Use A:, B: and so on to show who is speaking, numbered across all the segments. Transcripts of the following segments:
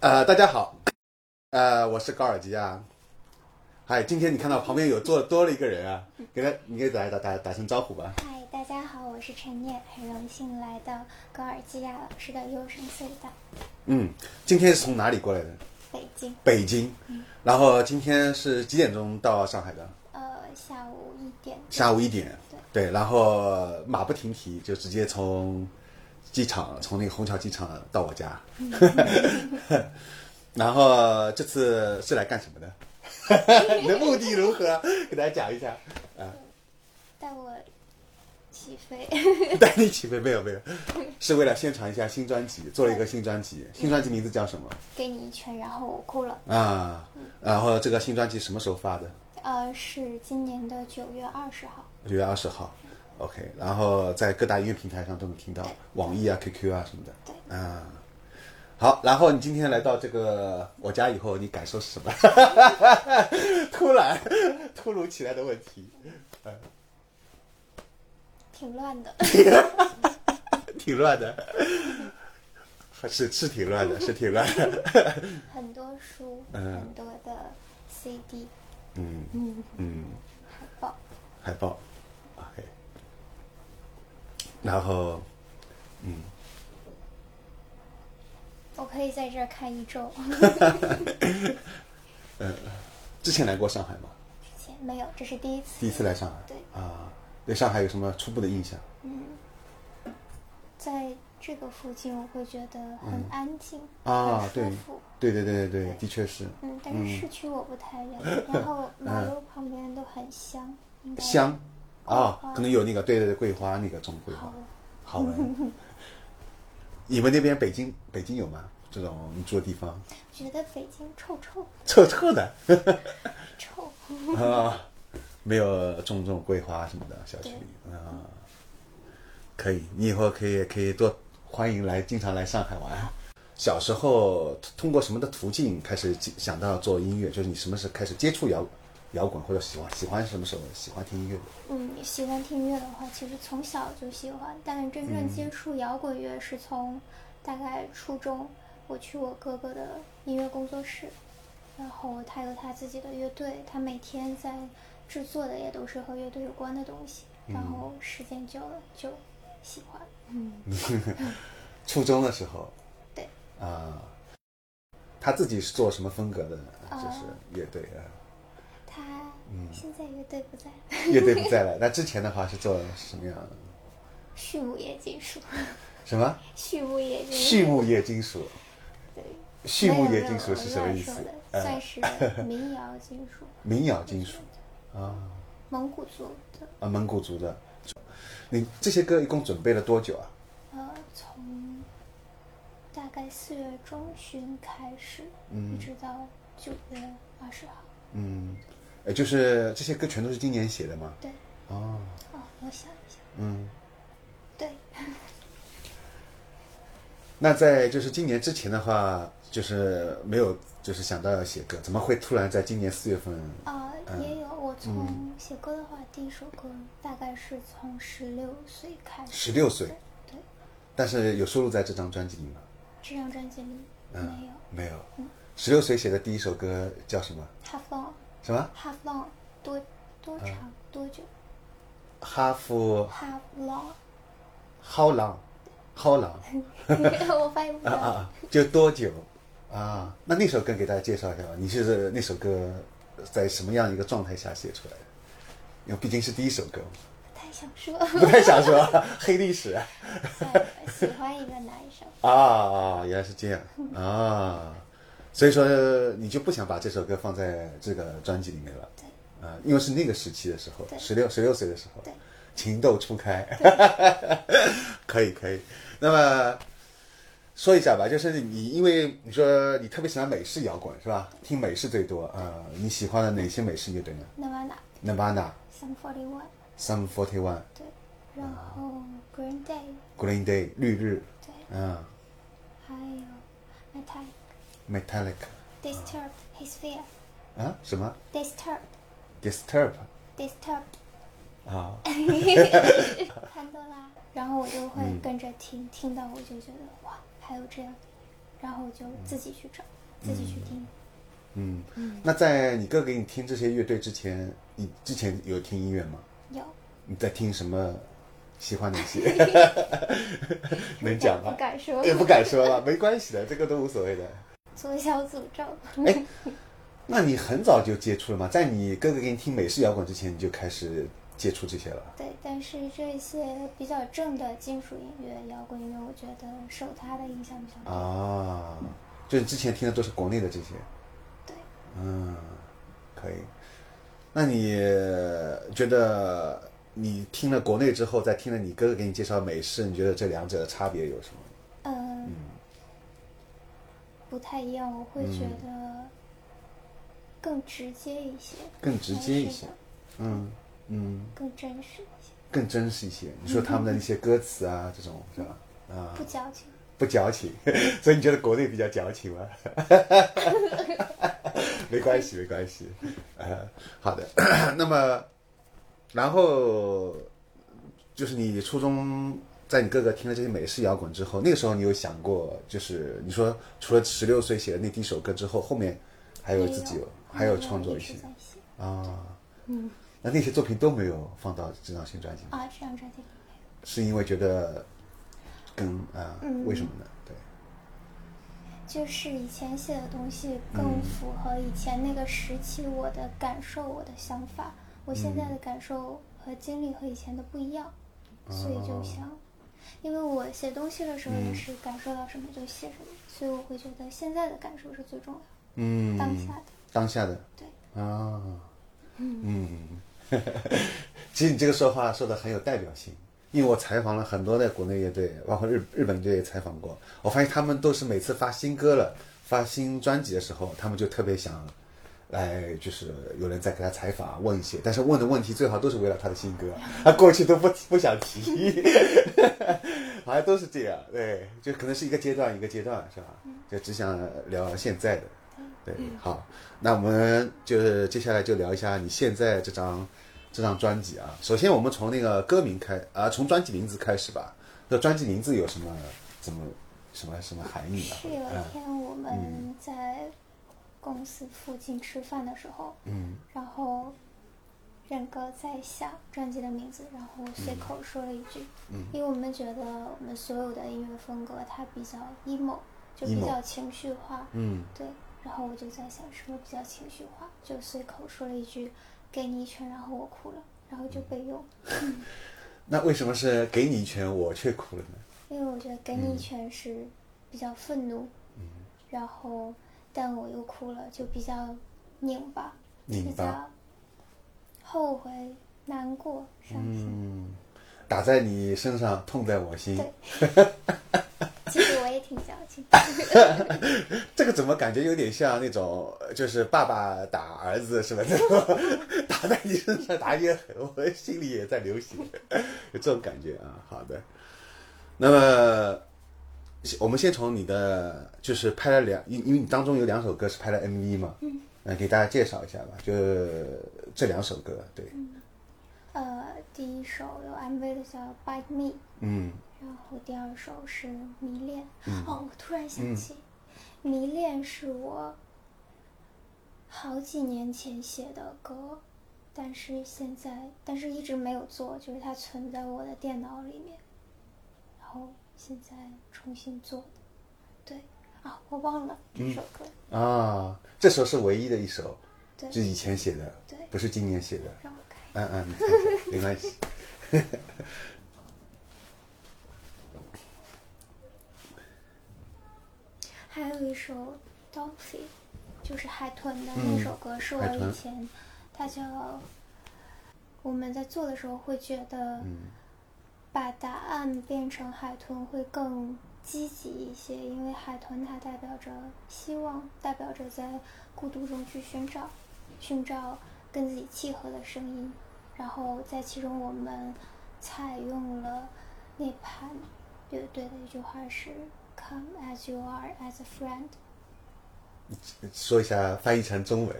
A: 大家好，呃，我是高尔基啊。嗨，今天你看到旁边有坐多了一个人啊，给他，你给大家打打打声招呼吧。
B: 嗨，大家好，我是陈念，很荣幸来到高尔基亚老师的优生隧道，
A: 嗯，今天是从哪里过来的？
B: 北京。
A: 北京。然后今天是几点钟到上海的？
B: 呃，下午一点。
A: 下午一点。对，然后马不停蹄就直接从机场，从那个虹桥机场到我家。然后这次是来干什么的？ 你的目的如何？给大家讲一下。
B: 带我起飞，
A: 带你起飞没有没有，是为了宣传一下新专辑，做了一个新专辑，新专辑名字叫什么
B: 给你一拳，然后我哭了。
A: 啊？然后这个新专辑什么时候发的？
B: 呃，是今年的九月二十号。
A: 九月二十号，OK，然后在各大音乐平台上都能听到，网易啊、QQ 啊什么的。啊，好，然后你今天来到这个我家以后，你感受是什么？ 突然突如其来的问题，
B: 挺乱的，
A: 挺乱的， 还是是挺乱的，是挺乱的。
B: 很多书，
A: 嗯
B: 很多的 CD
A: 嗯嗯，
B: 海报，
A: 海报，OK，然后
B: 我可以在这儿看一周。
A: 之前来过上海吗？
B: 之前没有，这是第一次。
A: 第一次来上海。
B: 对
A: 啊，对上海有什么初步的印象？
B: 在这个附近，我会觉得很安静，
A: 嗯啊，对
B: 很舒服。，
A: 对对对对对，的确是
B: 嗯，但是市区我不太了解，然后马路旁边都很香，应该
A: 香啊
B: 花，
A: 可能有那个对对对桂花那个种桂花
B: 好闻，
A: 好 闻。你们那边北京北京有吗？这种你住的地方
B: 觉得北京臭臭
A: 臭臭的
B: 臭，
A: 啊，没有种这种桂花什么的小区里啊，可以，你以后可以可以多欢迎来，经常来上海玩。小时候通过什么的途径开始接想到做音乐？就是你什么时候开始接触摇摇滚，或者喜欢喜欢什么时候喜欢听音乐的？
B: 嗯，喜欢听音乐的话，其实从小就喜欢，但真正接触摇滚乐是从大概初中，我去我哥哥的音乐工作室，然后他有他自己的乐队，他每天在制作的也都是和乐队有关的东西，然后时间久了就喜欢。
A: 初中的时候，
B: 对，
A: 啊，他自己是做什么风格的？
B: 啊
A: 就是乐队啊，
B: 他现在乐队不在了，
A: 乐队不在了。那之前的话是做什么样的？
B: 畜牧业金属，
A: 什么
B: 畜牧业金属，
A: 畜牧业金属？
B: 对，
A: 畜牧
B: 没
A: 业
B: 有
A: 金属是什么意思
B: 没有我乱说的？
A: 呃
B: 算，是民谣金属，
A: 民谣 金属啊
B: 蒙古族的，
A: 啊，蒙古族的。你这些歌一共准备了多久啊？
B: 呃，从大概四月中旬开始，一直到九月二十号。
A: 嗯，呃，就是这些歌全都是今年写的吗？
B: 对，
A: 哦，
B: 哦，我想一想，
A: 嗯，
B: 对，
A: 那在就是今年之前的话，就是没有就是想到要写歌，怎么会突然在今年四月份？
B: 呃，
A: 嗯
B: 也有我从写歌的话，第一首歌大概是从十六岁开始，
A: 十六岁，
B: 对，
A: 但是有收录在这张专辑里吗？
B: 这张专辑里
A: 嗯
B: 没
A: 没
B: 有。
A: 有。十六岁写的第一首歌叫什么？
B: How long？
A: 什么
B: How long？多
A: 嗯
B: 多长？多久
A: ？Half
B: ？How long？
A: how long how long
B: 我发音不
A: 啊啊
B: 了。
A: 啊！就多久啊？那那首歌给大家介绍一下吧。你是那首歌在什么样一个状态下写出来的？因为毕竟是第一首歌嘛，
B: 不太想 说，
A: 不太想说黑历史啊
B: 算了，喜欢一个男生，
A: 啊啊！原来是这样啊，所以说你就不想把这首歌放在这个专辑里面了。
B: 对
A: 啊，因为是那个时期的时候，
B: 对
A: 十六十六岁的时候
B: 对，
A: 情窦初开， 可以可以。那么说一下吧，就是你因为你说你特别喜欢美式摇滚是吧？听美式最多啊、呃你喜欢的哪些美式乐队呢
B: 那完了
A: ？Nirvana、
B: ，Some Forty One，
A: Sum Forty One、
B: 对，然后 Green Day，
A: Green Day、绿日，
B: 对，
A: 嗯
B: 还有 Metallica、
A: ，Metallica，
B: Disturbed、Hemisphere、
A: 啊什么
B: Disturbed、
A: Disturb
B: Disturbed、
A: 啊，
B: 潘多拉，然后我就会跟着听，听到我就觉得哇，还有这样的，然后我就自己去找，自己去听。
A: 嗯，那在你哥给你听这些乐队之前，你之前有听音乐吗？
B: 有
A: 你在听什么？喜欢哪 些？能
B: 不
A: 讲
B: 不
A: 吗？
B: 敢说，
A: 也不敢说了，没关系的，这个都无所谓的。
B: 做小诅咒。
A: 那你很早就接触了吗？在你哥哥给你听美式摇滚之前，你就开始接触这些了？
B: 对，但是这些比较正的金属音乐、摇滚音乐，我觉得受他的影响比较大。
A: 啊，就是之前听的都是国内的这些。
B: 对，
A: 嗯，可以。那你觉得你听了国内之后，再听了你哥哥给你介绍美式，你觉得这两者的差别有什么？
B: 嗯，不太一样，我会觉
A: 嗯
B: 得更直接一些，
A: 更直接一
B: 还是
A: 些，嗯嗯，
B: 更真实一些，
A: 更真实一些。你说他们的那些歌词啊，这种是吧？啊，
B: 不矫情。
A: 不矫情， 所以你觉得国内比较矫情吗？ 没关系，没关系。呃，好的。 那么，然后就是你初中在你哥哥听了这些美式摇滚之后，那个时候你有想过，就是你说除了十六岁写的那第一首歌之后，后面还有自己
B: 没有
A: 嗯还有创作
B: 一
A: 一
B: 直
A: 些
B: 在写
A: 啊。那那些作品都没有放到这张新专辑，
B: 啊，这张专辑里面，
A: 是因为觉得跟啊、
B: 嗯
A: 为什么呢？对。
B: 就是以前写的东西更符合以前那个时期我的感受、我的想法。我现在的感受和经历和以前的不一样，所以就想，因为我写东西的时候也是感受到什么就写什么，所以我会觉得现在的感受是最重要的。
A: 嗯，
B: 当下的，
A: 当下的
B: 对，
A: 啊，嗯， 其实你这个说话说的很有代表性，因为我采访了很多的国内乐队，包括日日本队也采访过，我发现他们都是每次发新歌了、发新专辑的时候，他们就特别想来，就是有人在给他采访，问一些，但是问的问题最好都是围绕他的新歌，他过去都不不想提。 好像都是这样，对，就可能是一个阶段一个阶段，是吧？就只想聊现在的，对，
B: 嗯
A: 好，那我们就是接下来就聊一下你现在这张这张专辑啊。首先，我们从那个歌名开啊、从专辑名字开始吧。那专辑名字有什么怎么什么什么含义啊？
B: 是有一天我们在公司附近吃饭的时候，
A: 嗯
B: 然后任哥在想专辑的名字，然后我随口说了一句，
A: 嗯
B: 因为我们觉得我们所有的音乐风格它比较 emo，就比
A: emo
B: 较情绪化，
A: 嗯
B: 对。然后我就在想什么比较情绪化，就随口说了一句“给你一拳”，然后我哭
A: 嗯
B: 了，然后就被用。
A: 那为什么是给你一拳我却哭了呢？
B: 因为我觉得给你一拳是比较愤怒，
A: 嗯
B: 然后但我又哭了，就比较拧巴，
A: 拧
B: 比
A: 巴
B: 较后悔、难过、伤心。
A: 嗯，打在你身上，痛在我心。
B: 对，其实我也挺矫情，
A: 这个怎么感觉有点像那种，呃就是爸爸打儿子是吧？ 那种打在你身上打也狠，我心里也在流血，有这种感觉啊。好的，那么我们先从你的就是拍了两，因因为你当中有两首歌是拍了 MV 嘛，嗯，给大家介绍一下吧，就是这两首歌，对，
B: 呃，第一首有 MV 的叫《Bite Me》，
A: 嗯
B: 然后第二首是《迷恋》。哦，我突然想起，迷恋》是我好几年前写的歌，但是现在，但是一直没有做，就是它存在我的电脑里面，然后现在重新做的。对，啊，我忘了这首歌。
A: 啊，这首是唯一的一首，
B: 对
A: 是以前写的，
B: 对
A: 不是今年 写的，
B: 让我看一
A: 嗯嗯，你看看没关系。
B: 下，还有一首《Dolphin》，就是海豚的那首歌，是我
A: 海豚
B: 以前，它叫。我们在做的时候会觉得，
A: 嗯
B: 把答案变成海豚会更积极一些，因为海豚它代表着希望，代表着在孤独中去寻找，寻找跟自己契合的声音。然后在其中，我们采用了涅槃乐队的一句话是 “Come as you are as a friend”，
A: 说一下翻译成中文，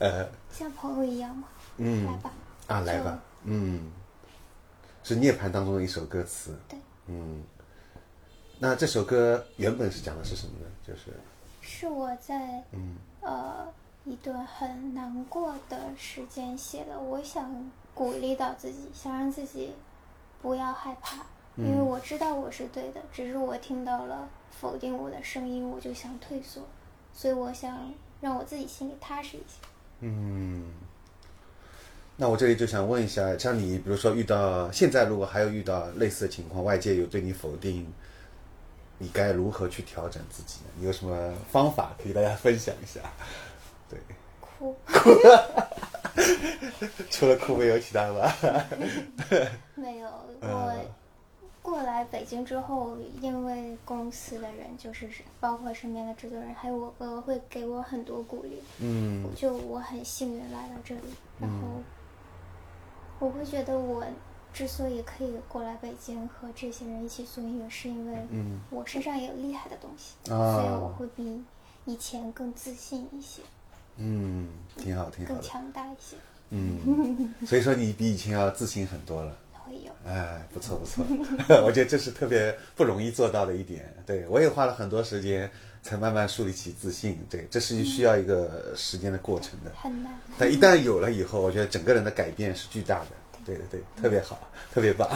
A: 呃，
B: 像朋友一样嘛。
A: 嗯
B: 来吧，
A: 啊，来吧，嗯，是《涅槃》当中的一首歌词，
B: 对，
A: 嗯，那这首歌原本是讲的是什么呢？就是
B: 是我在呃一段很难过的时间写的。我想鼓励到自己，想让自己不要害怕，因为我知道我是对的，只是我听到了否定我的声音，我就想退缩，所以我想让我自己心里踏实一些。
A: 嗯，那我这里就想问一下，像你，比如说遇到现在，如果还有遇到类似的情况，外界有对你否定，你该如何去调整自己呢？你有什么方法可以大家分享一下？ 对，
B: 哭，
A: 除了哭没有其他的吧？
B: 没有
A: 嗯
B: 我。过来北京之后，因为公司的人，就是包括身边的制作人，还有我哥，会给我很多鼓励。
A: 嗯
B: 就我很幸运来到这里，然后我会觉得我之所以可以过来北京和这些人一起做音乐，是因为
A: 嗯
B: 我身上有厉害的东西，
A: 啊
B: 所以我会比以前更自信一些，
A: 嗯，挺好，挺好
B: 更
A: 的。
B: 强大一些，
A: 嗯，所以说你比以前要自信很多了。
B: 会有。
A: 哎，不错不错， 我觉得这是特别不容易做到的一点。对我也花了很多时间才慢慢树立起自信，对，这是需要一个时间的过程的。
B: 很难，
A: 但一旦有了以后，我觉得整个人的改变是巨大的。对对对，特别好，特别棒。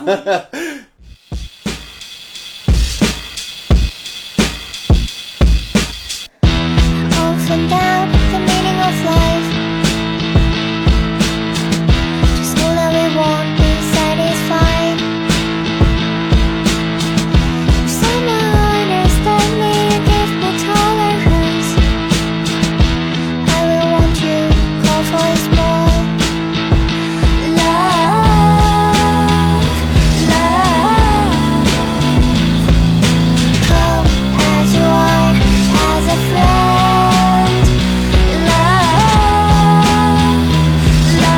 C: Ups and downs, the meaning of life. Just know that we won't be satisfied. If someone understands me and gives me tolerance, I will want you. Call for a small love, love. Come as you are, as a friend. Love, love.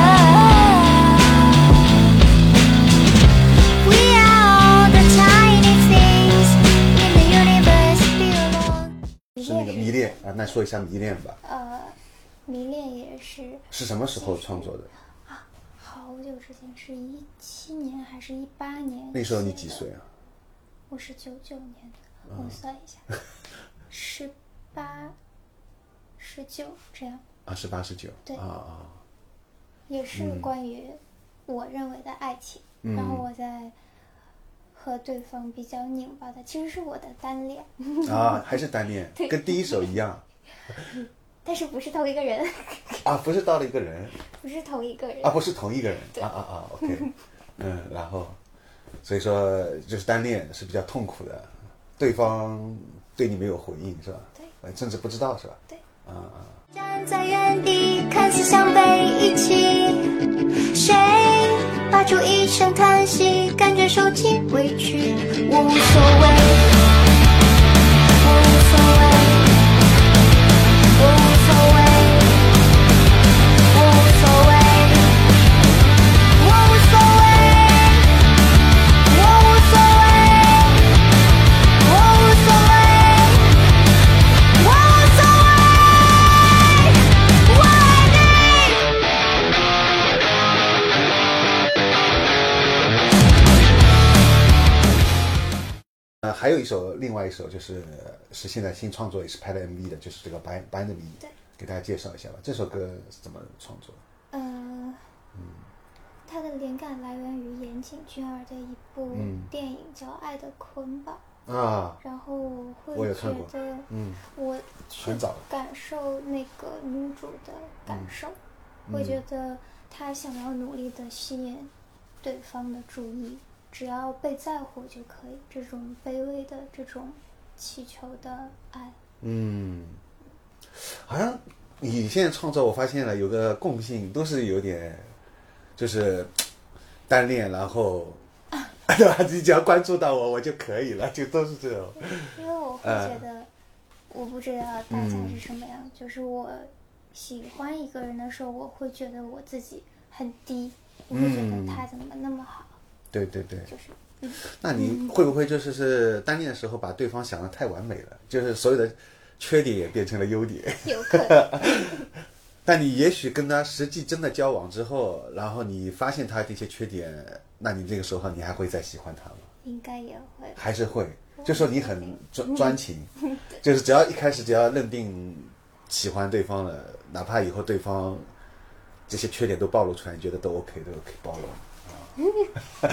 C: We are all the tiny things in the universe belong.
B: 迷
A: 是那个
B: 恋
A: 迷
B: 是
A: 恋啊，那说一下迷恋吧，
B: 呃，迷恋也是
A: 是什么时候创作的？
B: 好久之前，是一七年还是一八年？
A: 那时候你几岁？嗯啊？
B: 我是九九年的，我算一下，十八、十九这样，
A: 啊，十八十九。
B: 对
A: 啊啊，
B: 也是
A: 嗯
B: 关于我认为的爱情。然后我在和对方比较拧巴的，其实是我的单恋，
A: 啊，还是单恋，跟第一首一样
B: 但是不是同一个人，
A: 啊，不是到了一个人
B: 不是同一个人。
A: 啊，不是同一个人啊啊啊，OK，嗯，然后，所以说就是单恋是比较痛苦的，对方对你没有回应是吧？
B: 对
A: 对，甚至不知道是吧？
B: 对，
A: 啊啊，
C: 站在原地，看似向北一起。谁发出一声叹息，感觉受尽委屈，我无所谓，我无所谓，我无所谓，我无所谓，我无所谓，我无所谓，我无所谓，我无所谓。
A: 那呃还有一首，另外一首就是是现在新创作也是拍了 MV 的，就是这个《白白的迷》，
B: 对，
A: 给大家介绍一下吧，这首歌是怎么创作的？
B: 嗯，它的灵感来源于岩井俊二的一部
A: 嗯
B: 电影叫《爱的捆绑》，
A: 啊，
B: 然后我
A: 我有
B: 会
A: 看
B: 觉
A: 过
B: 得，
A: 嗯，
B: 我去
A: 很早了
B: 感受那个女主的感
A: 嗯
B: 受，会觉得她想要努力的吸引对方的注意，只要被在乎就可以。这种卑微的、这种祈求的爱，
A: 嗯，好像你现在创作，我发现了有个共性，都是有点就是单恋，然后啊对吧？你只要关注到我，我就可以了，就都是这种。
B: 因为我会
A: 哎
B: 觉得，我不知道大家
A: 嗯
B: 是什么样，就是我喜欢一个人的时候，我会觉得我自己很低，我会觉
A: 嗯
B: 得他怎么那么好，
A: 对对对，
B: 就是
A: 那你会不会就是是单恋的时候把对方想的太完美了，就是所有的缺点也变成了优点？
B: 有可能。
A: 但你也许跟他实际真的交往之后，然后你发现他的一些缺点，那你这个时候你还会再喜欢他吗？
B: 应该也会，
A: 还是会？就说你很专专情，嗯 就是只要一开始只要认定喜欢对方了，哪怕以后对方这些缺点都暴露出来，你觉得都 OK，都 OK 包容。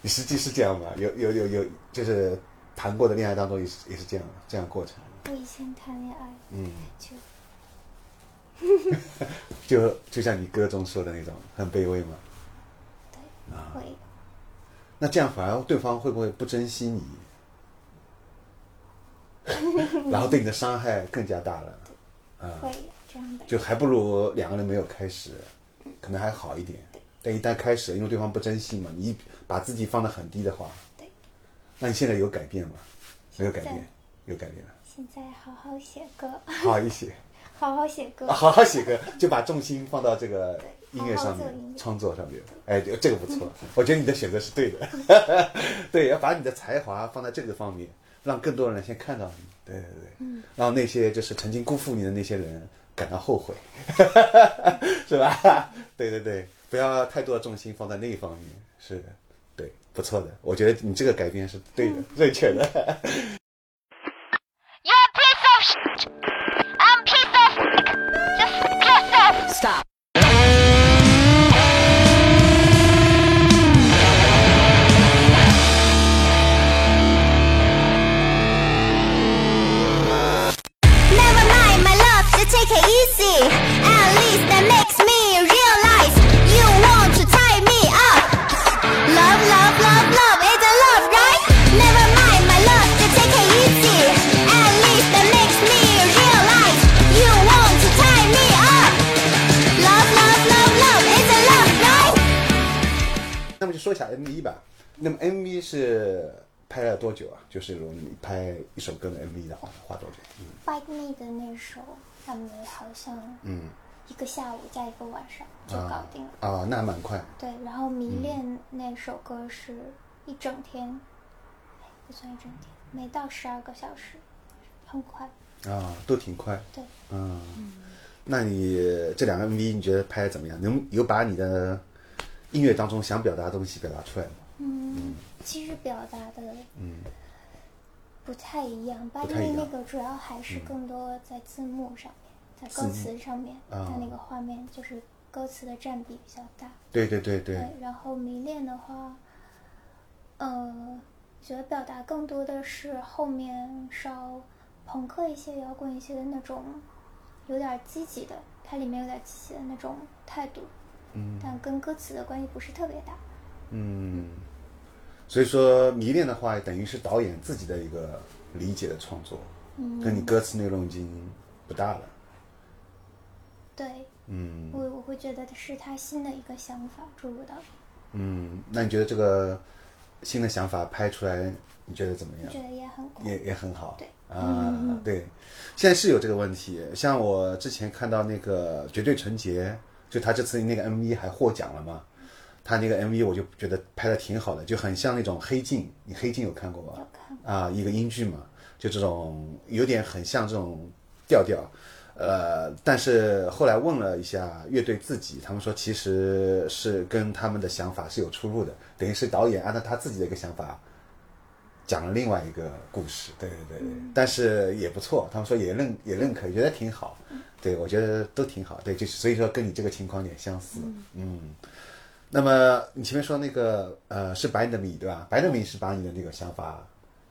A: 你实际是这样吗？有有有有，就是谈过的恋爱当中也是也是这样这样过程，
B: 我以前谈恋爱，
A: 嗯，
B: 就
A: 就就像你歌中说的那种，很卑微嘛。
B: 对会
A: 那这样反而对方会不会不珍惜 你？然后对你的伤害更加大了，啊
B: 会这样的，
A: 就还不如两个人没有开始，可能还好一点。但一旦开始，因为对方不珍惜嘛，你一把自己放得很低的话，
B: 对，
A: 那你现在有改变吗？没有改
B: 现
A: 变
B: 在，
A: 有改变了，
B: 现在好好写歌，
A: 好一些。
B: 好好写歌
A: 啊，好好写歌，就把重心放到这个音乐上
B: 好好做
A: 面
B: 音、乐
A: 创作上面。哎，这个不 错，我觉得你的选择是对的。 对，要把你的才华放在这个方面，让更多人先看到你。对对
B: 嗯
A: 对，让那些就是曾经辜负你的那些人感到后悔， 是吧？对对对，不要太多的重心放在那一方面。是的，对，不错的，我觉得你这个改变是对的，
B: 嗯
A: 正确 的。
C: You're a piece of sh- I'm a piece of just piece of
D: Stop.
C: Never mind, my love, just take it easy. At least that makes me realize you want to tie me up. Love, love, love, love is a love, right? Never mind, my love, just take it easy. At least that makes me realize you want to tie me up. Love, love, love, love is a love, right?
A: 那么就说一下 MV 吧。那么 MV 是拍了多久啊？就是如果你拍一首歌的 MV 的话，花多久？嗯，
B: 《Bite Me》的那首，他们好像嗯一个下午加一个晚上就搞定了。
A: 啊，那蛮快。
B: 对，然后《迷恋》那首歌是一整天，哎不算一整天，没到十二个小时，很快。
A: 啊，都挺快。
B: 对，
A: 嗯，那你这两个 MV 你觉得拍的怎么样？能有把你的音乐当中想表达的东西表达出来吗？
B: 嗯，其实表达的嗯不太一样，巴
A: 不
B: 黎
A: 太一
B: 那
A: 样
B: 个主要还是更多在字幕上面，在歌词上面，它
A: 啊
B: 那个画面就是歌词的占比比较大。
A: 对对对对，
B: 对，然后迷恋的话，呃，觉得表达更多的是后面稍朋克一些、摇滚一些的那种，有点积极的，它里面有点积极的那种态度，嗯，但跟歌词的关系不是特别大。
A: 嗯，所以说迷恋的话，等于是导演自己的一个理解的创作，跟你歌词内容已经不大了。
B: 对，
A: 嗯，
B: 我我会觉得是他新的一个想法注入到里，
A: 嗯，那你觉得这个新的想法拍出来，你觉得怎么样？
B: 觉得也很酷。
A: 也也很好。
B: 对嗯
A: 啊，对，现在是有这个问题。像我之前看到那个《绝对纯洁》，就他这次那个 MV 还获奖了嘛。他那个 MV 我就觉得拍的挺好的，就很像那种《黑镜》，你《黑镜》有看过吧？
B: 有看
A: 啊，一个英剧嘛，就这种有点很像这种调调。呃，但是后来问了一下乐队自己，他们说其实是跟他们的想法是有出入的，等于是导演按照他自己的一个想法讲了另外一个故事，对对对，对，但是也不错，他们说也认也认可，觉得挺好，对我觉得都挺好，对，就是所以说跟你这个情况有点相似，嗯。那么你前面说那个呃是白的米对吧？白的米是把你的那个想法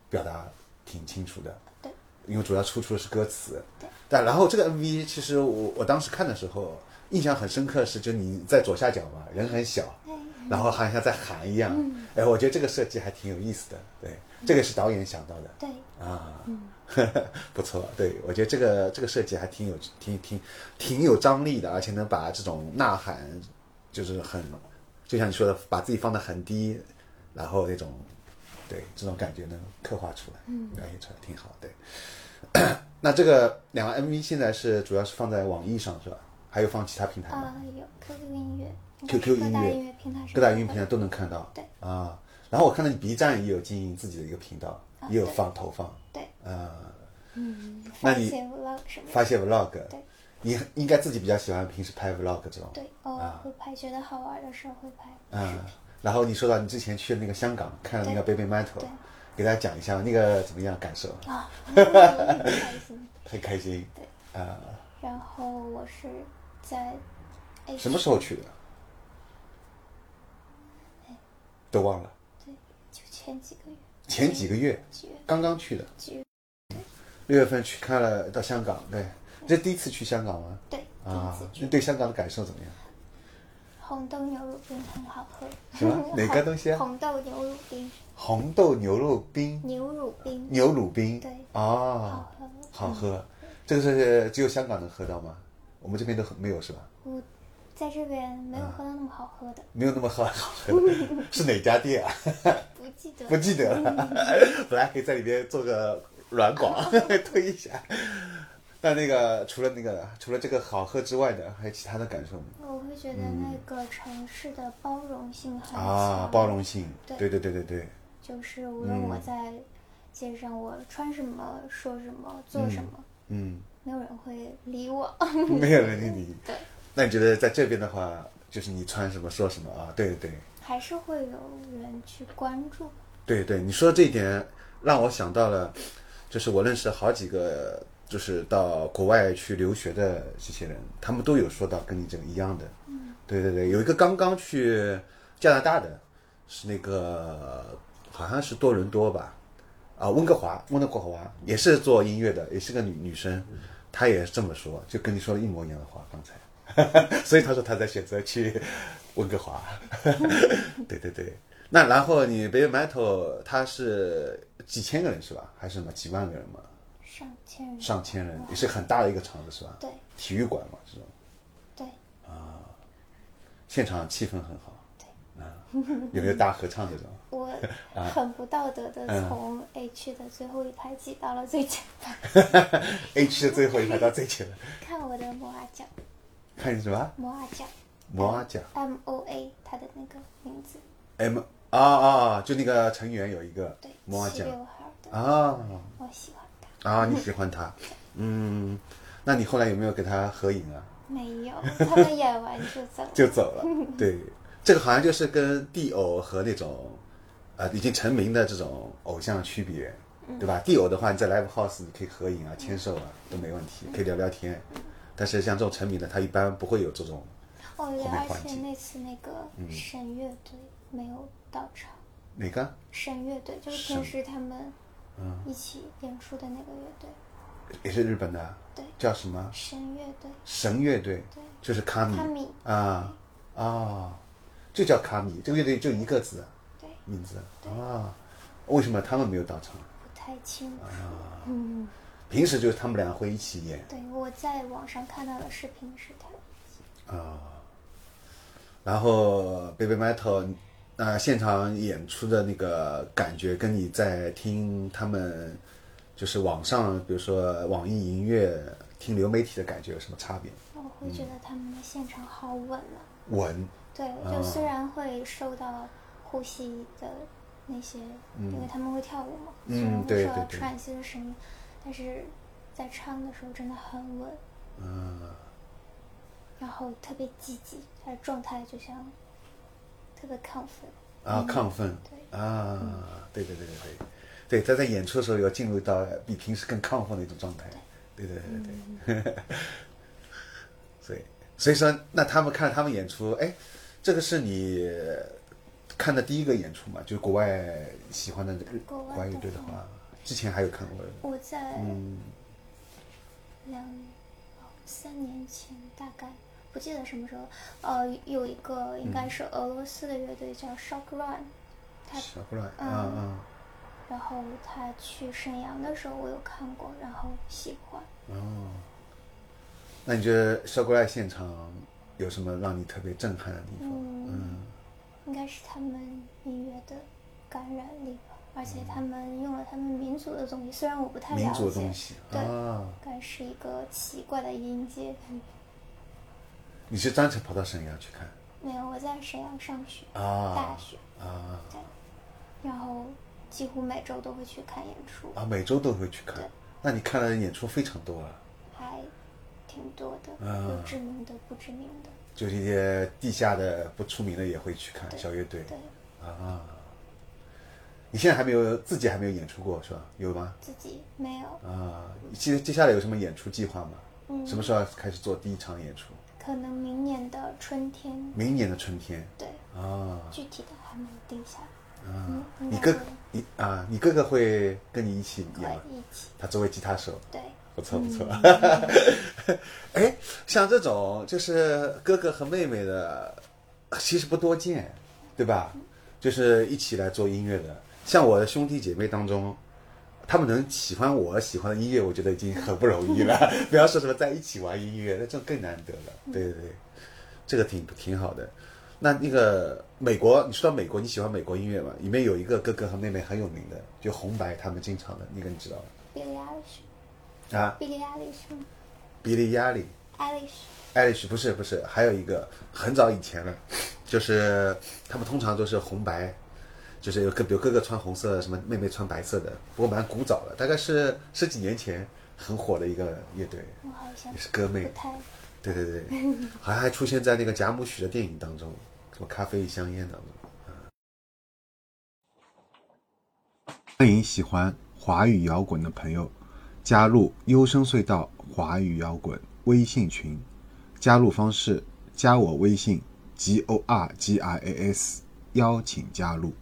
A: 表达挺清楚的，
B: 对，
A: 因为主要出处的是歌词
B: 对，
A: 但然后这个 MV 其实我我当时看的时候印象很深刻是，就你在左下角嘛，人很小，然后好像在喊一样，
B: 嗯
A: 哎，我觉得这个设计还挺有意思的，对，这个是导演想到的，
B: 对，
A: 啊， 不错，对我觉得这个这个设计还挺有挺挺挺有张力的，而且能把这种呐喊，就是很，就像你说的，把自己放得很低，然后那种，对这种感觉能刻画出来，
B: 嗯
A: 表现出来挺好。对， 那这个两个 MV 现在是主要是放在网易上是吧？还有放其他平台吗
B: 啊、有 QQ 音乐
A: QQ
B: 各
A: 音
B: 大
A: 乐
B: 音乐平台上
A: 各大
B: 都
A: 音乐
B: 会
A: 平台都能看到。
B: 呃对
A: 啊，然后我看到你 B 站也有经营自己的一个频道，也有
B: 啊对
A: 放投放。
B: 对，
A: 啊，那
B: 发
A: 你
B: 些 vlog 什么的
A: 发些 vlog，
B: 对
A: 你应该自己比较喜欢平时拍 vlog 这种，
B: 对，偶
A: 啊
B: 尔会拍，觉得好玩的时候会拍。
A: 啊、然后你说到你之前去那个香港看了那个
B: 对
A: Baby Metal，
B: 对
A: 给大家讲一下那个怎么样感受，
B: 啊，很开心。
A: 很开心。对啊、
B: 然后我是在哎
A: 什么时候去的？都忘了，
B: 就前几个月，
A: 前几个月
B: 几月
A: 刚刚去的，
B: 几月？
A: 六月份去看了到香港，对，这第一次去香港吗？
B: 对，第一
A: 啊
B: 次，去
A: 你对香港的感受怎么样？
B: 红豆牛肉冰很好喝。
A: 什 么哪个东西啊
B: 红豆牛乳冰，
A: 红豆牛肉冰，
B: 牛乳冰
A: 牛乳冰，
B: 对
A: 啊，
B: 好喝。
A: 好喝，这个是只有香港能喝到吗？我们这边都很没有是吧？
B: 我在这边没有
A: 嗯
B: 喝到那么好喝的，
A: 没有那么好好喝 的，是哪家店啊？
B: 不记得。
A: 不记得了， 本来可以在里边做个软广 推一下。但那个除了那个除了这个好喝之外的，还有其他的感受吗？
B: 我会觉得那个城市的包容性很强，
A: 嗯啊，包容嗯性，
B: 对
A: 对对对对对，
B: 就是无论我在街上我穿什么、说什么、做什么，
A: 嗯，
B: 没有人会理我。
A: 没有人理你。
B: 对，
A: 那你觉得在这边的话，就是你穿什么说什么啊？对对
B: 还是会有人去关注。
A: 对对，你说这一点让我想到了，就是我认识好几个就是到国外去留学的这些人，他们都有说到跟你这个一样的。嗯，对对对，有一个刚刚去加拿大的，是那个好像是多伦多吧，啊，温哥华，温哥华也是做音乐的，也是个女女生，她也是这么说，就跟你说的一模一样的话，刚才。 所以他说他在选择去温哥华。 对对对，那然后你 Baby Metal 他是几千个人是吧？还是什么几万个人嘛？
B: 上千人，
A: 上千人也是很大的一个场子是吧？
B: 对
A: 体育馆嘛这种，
B: 对，
A: 现场气氛很好。对，啊，有没有大合唱这种？
B: 我
A: 啊
B: 很不道德的
A: 嗯
B: 从 H 的最后一排挤到了最前排，
A: H 的最后一排到最前面，
B: 看我的啊摩阿脚，
A: 看你什么
B: 摩阿脚
A: 摩阿奖
B: M O A 它的那个名字，
A: M 啊啊，就那个成员有一个
B: 对，
A: 摩阿
B: 七
A: 奖
B: 六号的，
A: 啊
B: 我喜欢它。
A: 啊， 你喜欢他，嗯，那你后来有没有给他合影啊？
B: 没有， 他们演完就走了。
A: 就走了。 对，这个好像就是跟地偶和那种呃已经成名的这种偶像区别，
B: 嗯
A: 对吧？地偶的话，你在 live house 你可以合影啊、牵手啊都没问题，可以聊聊天。但是像这种成名的，他一般不会有这种
B: 哦，对，
A: 后面
B: 而
A: 环
B: 且
A: 节
B: 那次那个神乐队没有到场，
A: 哪个
B: 神乐队就是
A: 神
B: 平时他们一起演出的那个乐队，
A: 也是日本的啊，
B: 对
A: 叫什么
B: 神乐队，
A: 神乐队，
B: 对
A: 就是卡米
B: 卡米
A: 啊啊，就叫卡米，这个乐队就一个字啊
B: 对，
A: 名字啊。为什么他们没有到场？
B: 不太清楚。
A: 啊平时就是他们俩会一起演，
B: 对，我在网上看到的视频是他，
A: 然后 Baby Metal，呃，现场演出的那个感觉，跟你在听他们就是网上，比如说网易音乐听流媒体的感觉有什么差别？
B: 我会觉得他们的现场好稳啊。
A: 稳，
B: 对，
A: 嗯
B: 就虽然会受到呼吸的那些，因为他们会跳舞嘛，
A: 嗯
B: 虽然
A: 对
B: 会受到
A: 对对
B: 喘息的声音，但是在唱的时候真的很稳，
A: 嗯，
B: 然后特别积极，他的状态就像特别亢奋。
A: 啊，亢奋，啊，对对对对对，对，他在演出的时候有进入到比平时更亢奋的一种状态，对对对对，
B: 嗯
A: 所以所以说，那他们看他们演出，哎，这个是你看的第一个演出嘛？就是国外喜欢的日
B: 国外的
A: 国外乐队的话，之前还有看过的，
B: 我在
A: 嗯，
B: 两、哦三年前大概不记得什么时候，呃，有一个应
A: 嗯
B: 该是俄罗斯的乐队叫 Shock Run，他
A: 小胡乱，
B: 嗯
A: 啊啊
B: 然后他去沈阳的时候我有看过，然后喜欢。
A: 哦，那你觉得小胡乱现场有什么让你特别震撼的地方？嗯
B: 应该是他们音乐的感染力吧，而且他们用了他们民族的东西，虽然我不太
A: 民
B: 了
A: 族的
B: 解，
A: 东西
B: 对，
A: 啊。
B: 应该是一个奇怪的音阶。
A: 你是专程跑到沈阳去看
B: 没有，我在沈阳上学，
A: 啊
B: 大学，
A: 啊
B: 对，然后几乎每周都会去看演出，
A: 啊？每周都会去看
B: 对，
A: 那你看的演出非常多啊，
B: 还挺多的，
A: 啊
B: 有知名的，不知名的，
A: 就是一些地下的不出名的也会去看
B: 对
A: 小乐队
B: 对，
A: 啊。你现在还没有自己还没有演出过是吧？有吗？
B: 自己没有，
A: 啊，接接下来有什么演出计划吗？
B: 嗯
A: 什么时候要开始做第一场演出？
B: 可能明年的春天，
A: 明年的春天
B: 对，
A: 啊
B: 具体的还没有定下来。
A: 啊
B: 嗯！应
A: 你
B: 该
A: 哥
B: 会
A: 你啊，你哥哥会跟你一起演吗
B: 会？一起
A: 他作为吉他手，
B: 对，
A: 不错不错。 哎，像这种就是哥哥和妹妹的，其实不多见，对吧？就是一起来做音乐的，像我的兄弟姐妹当中。他们能喜欢我喜欢的音乐，我觉得已经很不容易了。 不要说什么在一起玩音乐，那这更难得了。对对对，这个挺挺好的。那那个美国，你说到美国，你喜欢美国音乐吗？里面有一个哥哥和妹妹很有名的，就红白他们经常的那个，你知道吗？
B: Billie Eilish，
A: 啊，
B: Billie Eilish 吗
A: 比利亚里，
B: ？Eilish，
A: 艾丽许不是不是，还有一个很早以前了，就是他们通常都是红白，就是有个比如哥哥穿红色，什么妹妹穿白色的，不过蛮古早的，大概是十几年前很火的一个乐队，
B: 我好像
A: 也是哥妹
B: 不，太
A: 对对对，好像还出现在那个贾母许的电影当中，什么咖啡与香烟当中。欢迎喜欢华语摇滚的朋友加入优声隧道华语摇滚微信群，加入方式：加我微信 g o r g i a s，邀请加入。